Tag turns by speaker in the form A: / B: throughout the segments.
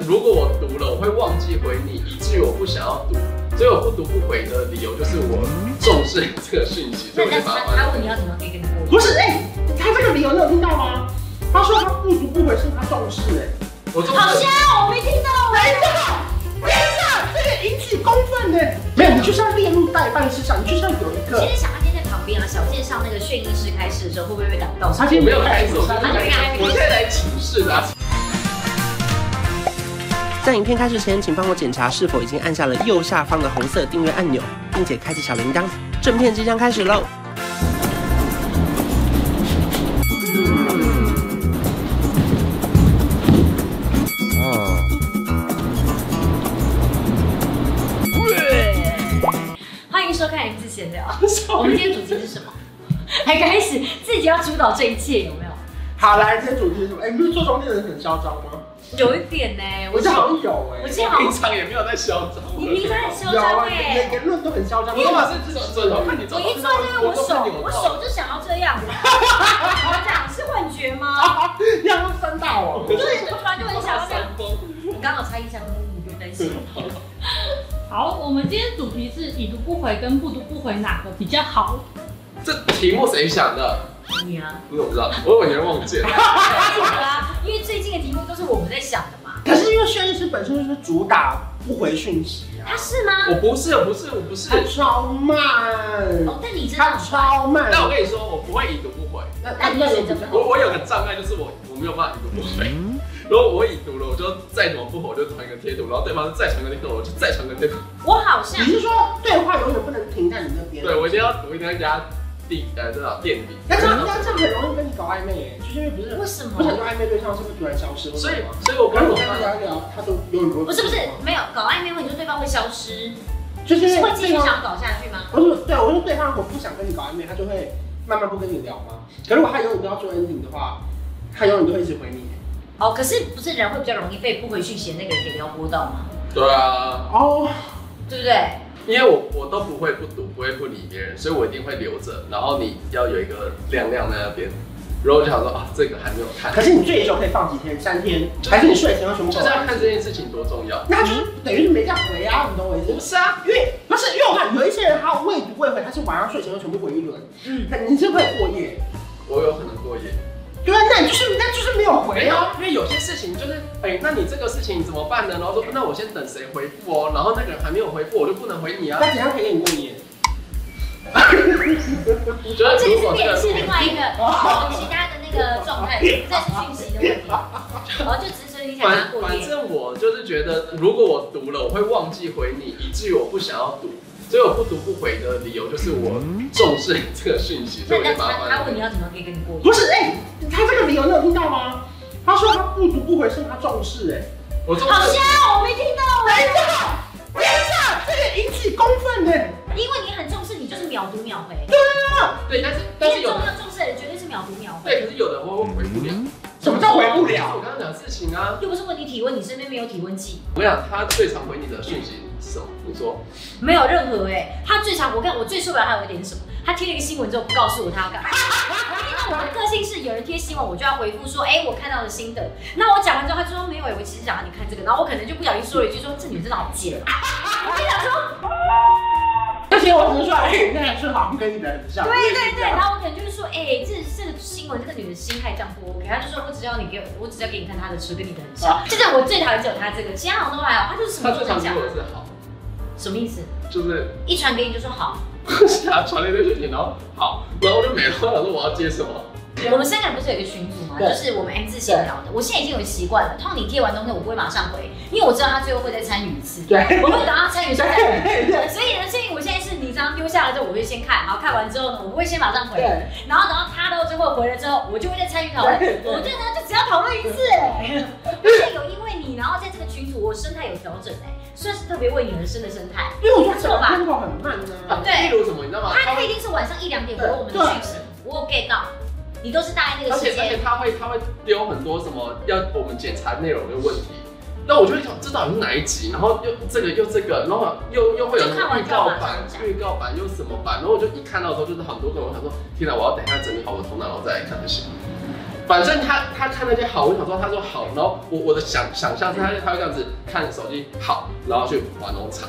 A: 如果我读了，我会忘记回你，以至于我不想要读，所以我不读不回的理由就是我重视这个讯息，所
B: 那
A: 以我就是
B: 但
A: 把
B: 他
A: 它
B: 他问你要怎么可以跟你过？
C: 不是，哎、他这个理由你有听到吗？他说他不读不回是他重视、哎，
A: 我重
B: 好
A: 视
B: 香，我没听到哎
C: 等一下，等一下，这个引起公愤哎的、没有，你就是要列入代办事项，你就是要有一
B: 其
C: 个，
B: 实小阿健在旁边啊，小健上那个炫艺师开始的时候，会不会被打到？
C: 他
A: 我没有开始，我
B: 他就没开始
A: 我现在来请示的、啊。
D: 在影片开始前，请帮我检查是否已经按下了右下方的红色订阅按钮，并且开启小铃铛。正片即将开始喽！
B: 欢迎收看《M 字闲聊》，我们今天主题是什么？还开始自己要主导这一切，有没有？
C: 好来，今天主题是什么？哎、你不是做中间的人很嚣张吗？
B: 有一点呢、
C: 我
B: 我记
C: 觉得好像有哎、
B: 我记
A: 我
B: 得好
A: 平
B: 像
A: 常也没有在嚣张，
B: 你平常很嚣
C: 有
B: 张
C: 啊，言
B: 哎，
C: 言论都很嚣张。
A: 我都把是这种转头看你
B: 我
A: 转头
B: 一
A: 知
B: 坐
A: 道
B: 就
A: 你
B: 是我
A: 都看
B: 手
A: 你有，
B: 我
A: 照
B: 手就想要这样，我讲是幻觉吗？
C: 你好像三大 王。
B: 就是突然就很想要这样。
A: 三风，
B: 我刚好猜一下，你不用担心。
E: 好，我们今天主题是已读不回跟不读不回哪个比较好？
A: 这题目谁想的？
B: 你啊，
A: 你怎么知道？我完全忘记了。
B: 啦，啊因为最近的题目都是我们在想的嘛。
C: 可是因为炫艺师本身就是主打不回讯息啊
B: 他，是吗？
A: 我不是，我不是，我不是。
C: 他超慢，
B: 哦，但你真的
C: 他
B: 很快。
C: 超慢。
A: 但我跟你说，我不会已读不回。
C: 那
B: 那你选择
A: 我我有个障碍，就是我我没有办法已读不回。如果我已读了，我就再怎么不回，我就传一个贴图，然后对方再传个贴图，我就再传个贴图。
B: 我好像
C: 你是说对话永远不能停在你那边？
A: 对，我一定要，我一定要给他递，呃，这叫垫底。
C: 那这样那这样很容易跟你搞暧昧耶，就是因为不是
B: 为什
C: 不是很
B: 么？
C: 多暧昧对象是会突然消失，
A: 所以
C: 我，
A: 所以我不
C: 跟
A: 懂
C: 我跟他
A: 啊。
C: 聊一聊，他都永远不会。
B: 不是不是，没有搞暧昧会，你说对方会消失，
C: 就是因
B: 是
C: 为
B: 会继续
C: 对方，
B: 想搞下去吗？
C: 不是对，我说对方我不想跟你搞暧昧，他就会慢慢不跟你聊嘛。可如果他永远都要做 ending 的话，他永远都会一直回你。
B: 哦，可是不是人会比较容易被不回讯息的那个人给撩拨到吗？
A: 对啊，
C: 哦，
B: 对不对？
A: 因为我我都不会不读，不会不理别人，所以我一定会留着。然后你要有一个亮亮在那边，然后我就想说啊，这个还没有看
C: 可，是你最久可以放几天？三天？还是你睡前要全部
A: 就
C: 放
A: 是
C: 完？
A: 要看这件事情多重要。
C: 那他就是等于是没在回啊，你懂我意思
A: 不？是啊，
C: 因为不是，因为我看有一些人他未读未回，他是晚上睡前就全部回一轮。嗯，你是不是会过夜？
A: 我有可能过夜。
C: 对啊，那你就是那就是没有
A: 没
C: 回
A: 有
C: 啊。，
A: 哦因为有些事情就是，哎、那你这个事情怎么办呢？然后说，那我先等谁回复哦，然后那个人还没有回复，我就不能回你啊。
C: 那怎样可以跟你过夜？
A: 你觉得
B: 哦这
A: 如
B: 个
A: 果
B: 是
A: 这个，哦
B: 面试另外一个哦其他的那个状态，这是讯息的问题。哦，就只是说你想
A: 反
B: 他过
A: 反
B: 夜，
A: 正我就是觉得，如果我读了，我会忘记回你，以至于我不想要读，所以我不读不回的理由就是我重视这个讯息，所以我
B: 那那
A: 就
B: 他
A: 把它
B: 他
A: 放
B: 问你哦
A: 在
B: 要怎么可以跟你过夜？
C: 不是，哎、他这个理由你有听到吗？他说他不读不回是他重视、哎，
A: 我重
B: 好
A: 视，
B: 香，我没听到哎。
C: 等一下，啊这个引起公愤的、哎
B: 因为你很重视，你就是秒读秒回。
A: 对，但是但
B: 你
A: 是
B: 很
A: 有
B: 重
A: 的，
B: 要重视的人绝对是秒读秒回，
A: 对，可是有的我会回不了，
C: 什么叫回不
A: 这是
C: 了？
A: 我刚刚讲的事情啊。
B: 又不是问你体温，你身边没有体温计，
A: 我跟你讲，他最常回你的讯息是什么？你说，
B: 没有任何哎、他最常我看我最受不了他有一点什么，他贴了一个新闻之后不告诉我他要干嘛。因为我的个性是有人贴新闻我就要回复说，哎、我看到了新的。那我讲完之后，他就说没有哎、我其实想让你看这个，然后我可能就不小心说了一句说这女人真的好贱 啊。我就想说
C: 而且我只是说，哎、那还是好像跟你的很像。
B: 对对对，然后我可能就是说，哎、这这个新闻，这个女的心态这样不 OK，她就说我只要你给我，我只要给你看她的车，跟你的很像。现在我最讨厌只有她这个，其他好像都还好，她就是什么
A: 他
B: 都
A: 最
B: 能
A: 常
B: 讲
A: 回，我的是好，
B: 什么意思？
A: 就是
B: 一传给你就说好，
A: 下传了一堆讯息，然后好，然后我就没了，我想说我要接什么？
B: 我们三个人不是有一个群组吗？
C: 对
B: 就是我们 M 字闲聊的。我现在已经有一个习惯了，通常你贴完东西我不会马上回，因为我知道他最后会再参与一次，
C: 对
B: 我会等到他参与之后再回。
C: 对对
B: 所以呢，所以我现在是你这样丢下来之后，我会先看，好看完之后呢，我不会先马上回，
C: 对
B: 然后等到他到最后回了之后，我就会再参与讨论。
C: 对对
B: 我对呢就只要讨论一次、哎， 而且有因为你，然后在这个群组我生态有调整哎、算是特别为你而生的生态。
C: 因为我觉得整个风口很慢啊呢、
B: 对
A: 啊例如什么，你知道吗？他
B: 他一
A: 会，
B: 定是晚上一两点回我们的
C: 对
B: 讯息，我有 get 到，你都是大概那个
A: 而
B: 时
A: 且而
B: 间
A: 且。他会他会丢很多什么要我们检查内容的问题，那我就会想这到底是哪一集，然后又这个又这个，然后又又会有什
B: 就看
A: 么
B: 完
A: 预告
B: 就马
A: 版
B: 上讲、
A: 预告版又什么版，然后我就一看到的时候就是很多个，我想说天哪，我要等一下整理好我头脑，然后再来看这些。反正他他看那些好，我想说他说好，然后我我的想想象是他他会这样子看手机好，然后去玩农场，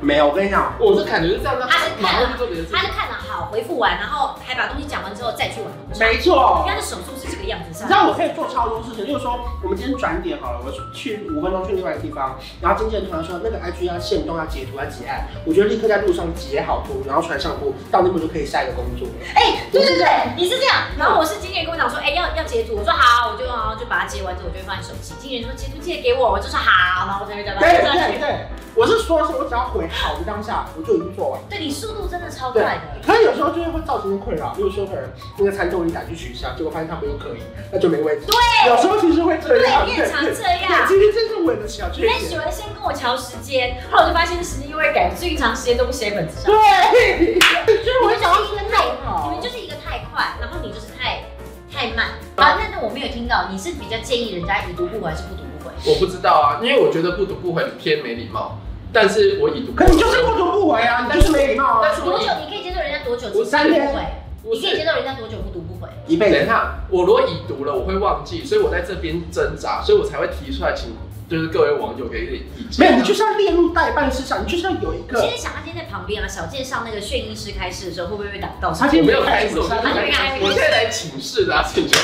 C: 没有，我跟你讲，
A: 我是感觉是这样，
B: 他是
A: 马上
B: 看了
A: 去做别的事
B: 他
A: 情
B: 是。看了好回复完，然后还把东西讲完之后再去玩。
C: 没错
B: 你。看这手速是这个样子，
C: 你
B: 是吧？
C: 知道我可以做超多事情，例如说，我们今天转点好了，我去五分钟去另外一个地方，然后经纪人突然说那个 IG 要限动要截图要截案，我就立刻在路上截好图，然后传上部，到那边就可以下一个工作。
B: 哎，对对对，你是这样。然后我是经纪人跟我讲说，哎，要要截图，我说好，我就然后就把它截完之后，我就会放在手机。经纪人说截图记得给我，我就说好，然后我才会再把
C: 对
B: 它
C: 对
B: 截。
C: 对，我是说的是我只要回好的当下，我就已经做完。
B: 对你速度真的超
C: 对
B: 快的，，
C: 可是有时候就是会造成困扰，例如说可能那个餐桌你打去取消，结果发现他没有可以，那就没位置。对，有时候其实会这样。
B: 对，你也常这样
C: 对，。其实这是我的小
B: 你
C: 缺
B: 在
C: 点。
B: 喜欢先跟我瞧时间，后来我就发现时间又会改，最长时间都不写在本子上。
C: 对，就是我想要
B: 你们就是一个
C: 太
B: 你
C: 好
B: 们。哦就是一个太快，然后你就是太太慢。啊，那那我没有听到，你是比较建议人家已读不回还是不读不回？
A: 我不知道啊，因为我觉得不读不回偏没礼貌，但是我已读不
C: 可
A: 回
C: 你就是不读不回啊，你就是没礼貌
A: 但
C: 啊。
A: 是
B: 多
A: 我已
B: 久你可以接受人家多久
A: 我
B: 不读不回？
A: 不
B: 你可以接
A: 是。
B: 受人家多久不读不回？
C: 一辈
A: 等一
C: 子。
A: 下，我如果已读了，我会忘记，所以我在这边挣扎，所以我才会提出来请，就是各位网友给一点意见。啊
C: 没有，你就是要列入代办事项，你就是要有一
B: 其
C: 个。
B: 实想他今天在旁边啊，小健上那个炫音师开始的时候，会不会被打到？
C: 他
A: 我
C: 今天
A: 没有开始，我
C: 他
A: 现
C: 今
A: 在
C: 天没
B: 开
A: 来
B: 始
A: 我现在来请示的啊，请求。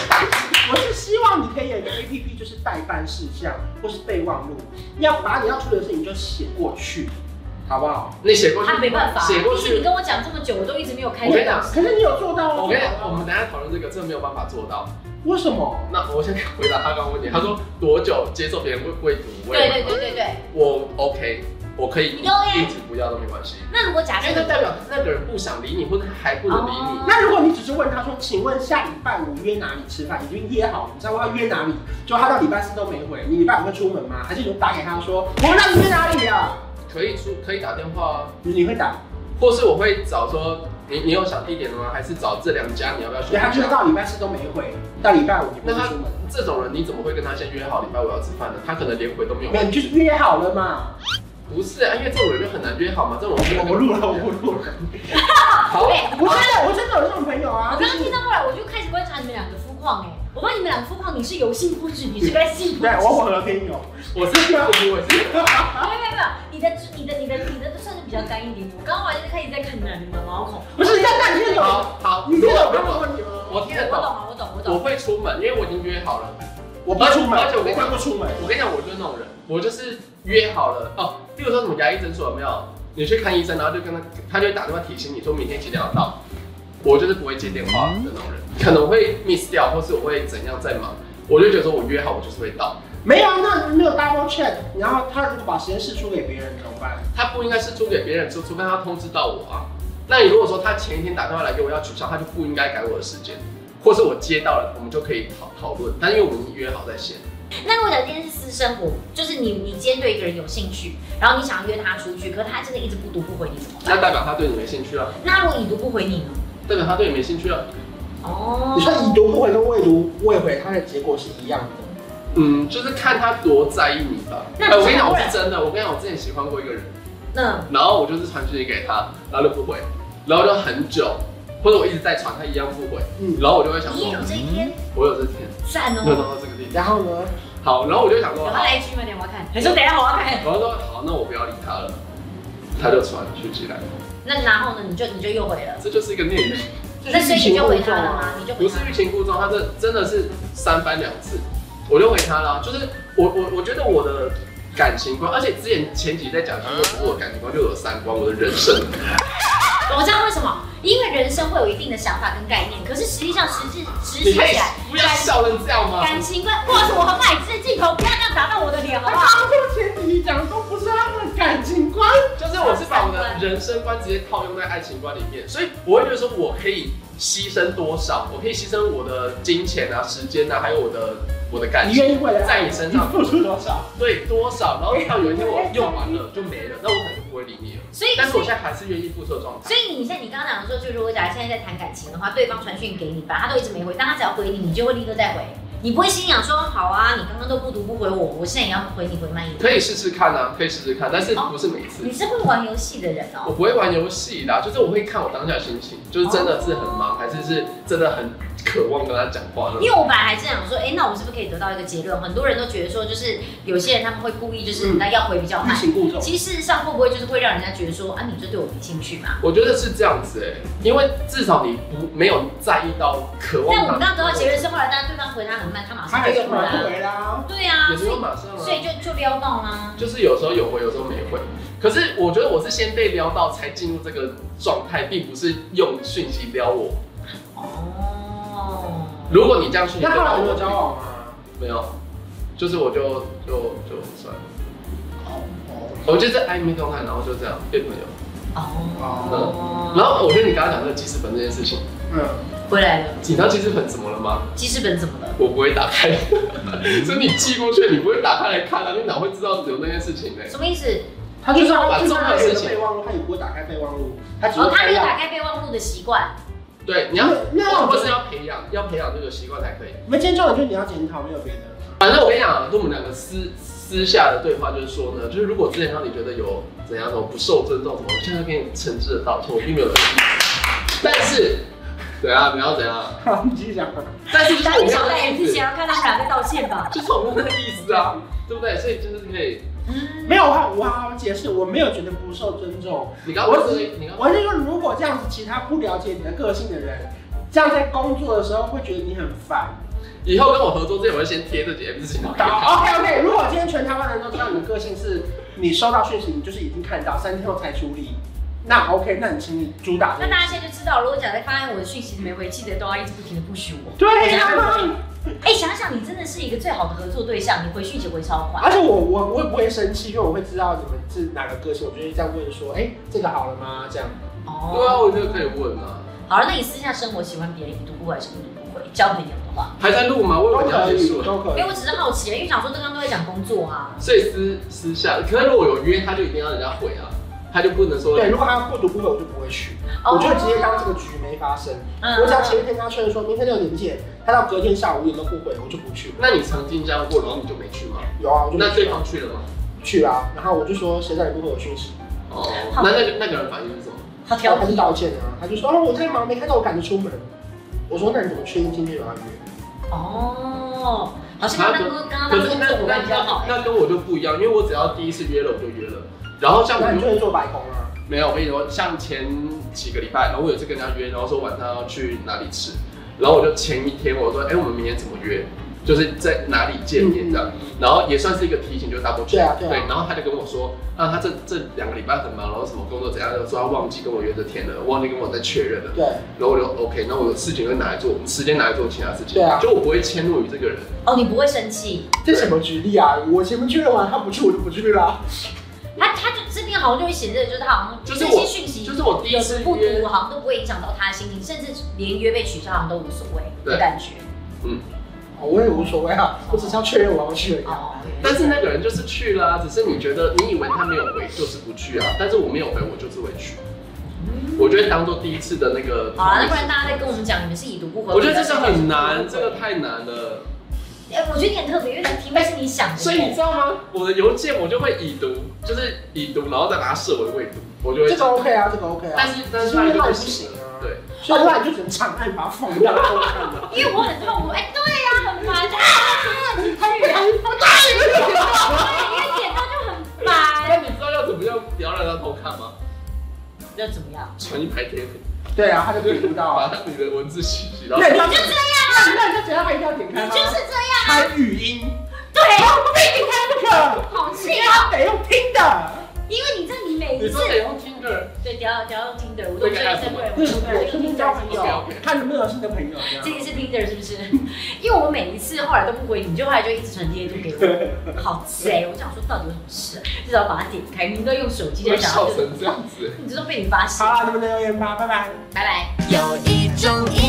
C: 我是希望你可以有一个 A P P，就是代办事项或是备忘录，要把你要处理的事情就写过去，好不好？
A: 你写过去，
B: 他没办法啊，
A: 写过
B: 毕竟你
A: 去。
B: 跟我讲这么久，我都一直没有开
A: 我跟你
B: 这
A: 讲
B: 个。
C: 可是你有做到哦。
A: 我跟你讲，我们等一下讨论这个，真的没有办法做到。
C: 为什么？
A: 那我先回答他刚刚问题，他说多久接受别人会不会读？我
B: 对
A: 也
B: 对对对对。
A: 我 OK，我可以
B: 你 OK
A: 一直不要都没关系，
B: 那如果假设
A: 因为
B: 你
A: 那代表那个人不想理你，或者还不能理你。
B: 哦
C: 那如果你只是问他说，请问下礼拜五约哪里吃饭，已经约好，你知道要约哪里，就他到礼拜四都没回，你礼拜五会出门吗？还是你就打给他说，我们让你约哪里啊？
A: 可以出可以打电话啊，
C: 你会打？
A: 或是我会找说你你有想地点了吗？还是找这两家你要不要选
C: 对，他
A: 一
C: 就是
A: 下？
C: 到礼拜四都没回，到礼拜五你不会出门，
A: 这种人你怎么会跟他先约好礼拜五要吃饭呢？他可能连回都没有
C: 没。有，你就是约好了嘛。
A: 不是啊，因为这种人就很难约好嘛。这种人
C: 我不录了，我不录了。
A: 好，
B: 哎
C: 我真的，我真的有这种朋友
B: 我
C: 啊，就
B: 刚刚
C: 是
B: 听到后来，我就开始观察你们两个肤况哎，我发现你们两个肤况，你是有性不止，你是该性不
C: 对
B: 止。
C: 我混合天友，
A: 我是
C: 啊
A: 不我是
B: 没有没有没有，你的你的你的你的算是比较干一点。我刚刚完全开始在看你们的毛孔。
C: 不是，但但你听得懂，
A: 好好，
C: 你听得懂
A: 如
C: 我
A: 果
C: 问你吗？
A: 我听得
B: 我懂
A: 懂，
B: 啊，我懂，我
A: 我
B: 懂。
A: 会出门，因为我已经约好了。
C: 我不出门，
A: 而且我
C: 我
A: 跟你讲
C: 会不出门。
A: 我跟你讲，我就是那种人，我就是约好了哦，例如说什么牙医诊所有没有？你去看医生，然后就跟他，他就会打电话提醒你说明天几点要到。我就是不会接电话的那种人，可能会 miss 掉，或是我会怎样在忙，我就觉得说我约好我就是会到。
C: 没有，啊那没有 double check，然后他如果把时间示出给别人怎么办？
A: 他不应该是租给别人，除除非他通知到我啊。那你如果说他前一天打电话来给我要取消，他就不应该改我的时间，或是我接到了，我们就可以讨讨论。但因为我们已经约好在先，
B: 那如果讲今天是私生活，就是你你今天对一个人有兴趣，然后你想约他出去，可是他真的一直不读不回你怎么
A: 那
B: 办？
A: 代表他对你没兴趣啊，
B: 那如果已读不回你呢？
A: 代表他对你没兴趣啊。
B: 哦
C: 你说已读不回跟未读未回，他的结果是一样的。
A: 嗯，就是看他多在意你吧。
B: 那
A: 哎、
B: 你是
A: 我跟你讲，我
B: 不然
A: 是真的，我跟你讲，我之前喜欢过一个人，
B: 那
A: 然后我就是传讯息给他，然后就不回，然后就很久，或者我一直在传，他一样不回，
C: 嗯，
A: 然后我就会想
B: 你也有
A: 说，
B: 这一天，
A: 我有这天，
B: 算
A: 没有到
B: 哦。
A: 这个地方。
C: 然后呢？
A: 好，然后我就想说，
B: 有
A: 好
B: 他，来一句吗？等一下我要看。你说等一下我要看。
A: 我就说好，那我不要理他了。他就传讯息来，
B: 那然后呢？你就你就又回了。
A: 这就是一个孽缘，
B: 那所以你就回他了吗？你就
A: 不
B: 回
A: 是
B: 他了
A: 欲擒故纵，他这真的是三番两次，我就回他啦。就是我我我觉得我的感情观，而且之前前几集在讲，就是我我的感情观就有三观，我的人生
B: 我知道为什么，因为人生会有一定的想法跟概念，可是实际上实际实
A: 你
B: 际起
A: 可以
B: 来，
A: 不要笑成这样吗？
B: 感情观，或者是我很矮这镜头，不要这样打到我的脸，好
C: 他
B: 不 好？
C: 当初前提讲都不是他们的感情观，
A: 就是我是把我的人生观直接套用在爱情观里面，所以我会觉得说我可以牺牲多少，我可以牺牲我的金钱啊、时间啊，还有我的我的感
C: 你
A: 情
C: 愿意为了爱
A: 在你身
C: 你
A: 上，
C: 付出多少？
A: 对多少，然后到有一天我用完了就没了，那我可能就不会理你了。
B: 所以，
A: 但是我现在还是愿意付出的状态。
B: 所以你现在你刚刚讲的说，就如果假如现在在谈感情的话，对方传讯给你，吧，他都一直没回，但他只要回你，你就会立刻再回。你不会心想说，好啊，你刚刚都不读不回我，我现在也要回你回慢一点。
A: 可以试试看啊，可以试试看，但是不是每次
B: 你。是会玩游戏的人
A: 我
B: 哦，
A: 不会玩游戏啦，就是我会看我当下心情，就是真的是很忙，还是是真的很渴望跟他讲话呢
B: 因？为我本来还正想说，哎、那我们是不是可以得到一个结论？很多人都觉得说，就是有些人他们会故意就是
C: 嗯
B: 那要回比较
C: 欲
B: 慢，
C: 擒故纵。
B: 其实事实上会不会就是会让人家觉得说，啊，你就对我没兴趣嘛？
A: 我觉得是这样子哎、因为至少你不没有在意到渴望他。
B: 但我们刚刚得到结论是，后来但对方回他很慢，他马
C: 他
B: 上
C: 还
B: 就是又
C: 回
B: 回来
C: 来不
B: 了。
C: 回啦，
B: 对啊，
A: 也没
B: 所
A: 有
B: 以
A: 马上啊
B: 所，以就就撩到啦。
A: 就是有时候有回，有时候没回。可是我觉得我是先被撩到才进入这个状态，并不是用讯息撩我。
B: 哦，
A: 如果你这样讯息
C: 那
A: 撩
C: 后来
A: 到
C: 有没有交
A: 我，
C: 往啊？
A: 没有，就是我就就就算了，
C: 哦，
A: 我就是暧昧状态，然后就这样变朋友。
B: 哦，
A: 然后我觉得你刚刚讲的记事本这件事情，
C: 嗯，
B: 回来了，
A: 你知道记事本怎么了吗？
B: 记事本怎么了？
A: 我不会打开， 所以你寄过去，你不会打开来看啊，你哪会知道有那件事情呢？
B: 什么意思？
C: 他就是
A: 把重要的事情
C: 备忘录，他也不会打开备忘录，他只
B: 哦
C: 会，
B: 他没有
C: 看到
B: 打开备忘录的习惯。
A: 对，你要，
C: 那我
A: 或是要培养，要培养这个习惯才可以。
C: 我们今天重点就是你要检讨，没有别的。
A: 反正我跟你讲，啊就我们两个私私下的对话，就是说呢，就是如果之前让你觉得有怎样什么不受尊重什么，我现在给你诚挚的道歉，我并没有恶意。但是，对啊，不要怎样，
C: 好，你继续讲。
A: 但是就是我没有那个意思，
B: 想要看他们两个道歉吧？
A: 就是我没有那个意思啊，对不对？所以就是可以，
B: 嗯，
C: 没有话，我好好解释，我没有觉得不受尊重。
A: 你刚刚不是你刚
C: 我是说，如果这样子，其他不了解你的个性的人，这样在工作的时候会觉得你很烦。
A: 以后跟我合作之前，我会先贴这几件事情给你看。
C: 好，OK OK。如果今天全台湾人都知道你的个性是，你收到讯息你就是已经看到，三天后才处理，那 OK，那你请你主打这
B: 那
C: 个。
B: 大家现在就知道，如果假设发现我的讯息没回，记得都要一直不停的不许 我。
C: 对呀、
B: 哎、想想你真的是一个最好的合作对象，你回讯息回超快。
C: 而且我我我也不会生气，因为我会知道你们是哪个个性，我就会这样问说，哎、这个好了吗？这样。
A: 对啊，
B: 哦，
A: 我觉得可以问啊，
B: 好了，那你私下生活喜欢别人已读不回还是不读不回？交朋友的话，
A: 还在录吗？我以为你
C: 都
A: 要
C: 可
A: 结束
C: 以，
A: 了。
C: 都可
B: 因
C: 以
B: 为。我只是好奇，因为想说刚刚都在讲工作啊。
A: 所以私私下，可是如果有约，他就一定要人家回啊，他就不能说
C: 对，如果他不读不回，我就不会去，我
B: 啊
C: 就直接当这个局没发生。
B: 哦嗯
C: 我只要前一天跟他确认说明天六点见，他到隔天下午五点都不回，我就不去。
A: 那你曾经这样过，然后你就没去吗？
C: 有啊，我就
A: 那
C: 没
A: 对
C: 去
A: 方
C: 啊
A: 去了吗？
C: 去啊，然后我就说谁让你不回我讯息，
A: 哦，
B: 好
A: 那那个那个人反应是什么？
B: 好
C: 然
B: 调
C: 后他就
B: 皮，
C: 道歉啊，他就说哦我太忙没看到我赶着出门。我说那你怎么确定今天有要约？
B: 哦，好像刚刚刚刚
A: 可
B: 当
A: 是
B: 工
A: 那
B: 作伙
A: 那
B: 伴比较好
A: 那。那跟我就不一样，因为我只要第一次约了我就约了，然后像
C: 那
A: 我
C: 你就
A: 就
C: 能做白工啊？
A: 没有，我跟你说，像前几个礼拜，然后我有一次跟人家约，然后说晚上要去哪里吃，然后我就前一天我说，哎、我们明天怎么约？就是在哪里见面这样，然后也算是一个提醒，就是 double check
C: 对啊对
A: 对
C: 啊，，
A: 然后他就跟我说，啊，他这这两个礼拜很忙，然后什么工作怎样，说他忘记跟我约这天了，忘记跟我再确认了。
C: 对，
A: 然后我就 OK，那我的事情就拿来做，时间拿来做其他事情。
C: 对啊
A: 就我不会迁怒于这个人。
B: 哦，你不会生气？
C: 这什么举例啊？我前面确认完他不去，我就不去啦。
B: 他他就这边好像就会显示，就是他好像
A: 就是
B: 这
A: 我
B: 些讯息，
A: 就是我第一
B: 有
A: 次
B: 时不
A: 约
C: 啊
B: 读，好像都不会影响到他的心情，甚至连约被取消好像都无所谓的
A: 对
B: 感觉。
A: 嗯
C: 哦我也无所谓啊，我只是要确认我要不去而已啊。
B: 哦，
A: 但是那个人就是去啦、只是你觉得你以为他没有回就是不去啊，但是我没有回我就是会去，
C: 嗯
A: 我就会当做第一次的那个。
B: 好啊了，那不然大家再跟我们讲，你们是已读不回。
A: 我觉得这是很难，
B: 我
A: 这个太难了。
B: 哎、我觉得你很特别，因为题目是你想的，
A: 哎所以你知道吗？我的邮件我就会已读，就是已读，然后再把它设为未读，我就会
C: 这。个 OK 啊，这个 OK 啊。
A: 但是但是
C: 因
A: 他
C: 为
A: 就
C: 他
A: 不
C: 不
A: 行
C: 行
A: 了
C: 啊。
A: 对，
C: 所以后来就只能长按把它 放大偷看了。
B: 因为我很痛苦。哎、对呀、很烦，啊，很烦，因为哎点到就很
A: 那
B: 烦。
A: 你知道要怎么样不要让他偷看吗？
B: 要怎么样？
A: 传一排贴图，
C: 对啊，他就对不到
A: 把
C: 啊。
A: 他你的文字洗洗到
C: 那。你
B: 你
C: 要啊
B: 就这样，
C: 那你就只要他一定要点开
B: 你
C: 吗？
B: 就是这样，啊
C: 开语音，
B: 对，
C: 这个
B: 好气啊！
C: 他得用听的。
B: 因为你知道你每
A: 你
B: 一次
A: 说得用 Tinder，
B: 对，等下等下用 Tinder，我都觉得真贵，
C: 对不对？顺便交朋友
A: OK，OK，
C: 看有没有新的朋友
B: 这
C: 这
B: 个
C: 样。
B: 是 Tinder 是不 是？因为我每一次后来都不回你，就后来就一直传贴图给我，好贼！我想说到底有什么事，啊至少把它点开，你们都用手机在
A: 我
B: 讲，
A: 笑成这样子。
C: 啊
B: 你这都被你发现
C: 好，啦，那么留言吧，拜拜。
B: 拜拜。
F: 有一种音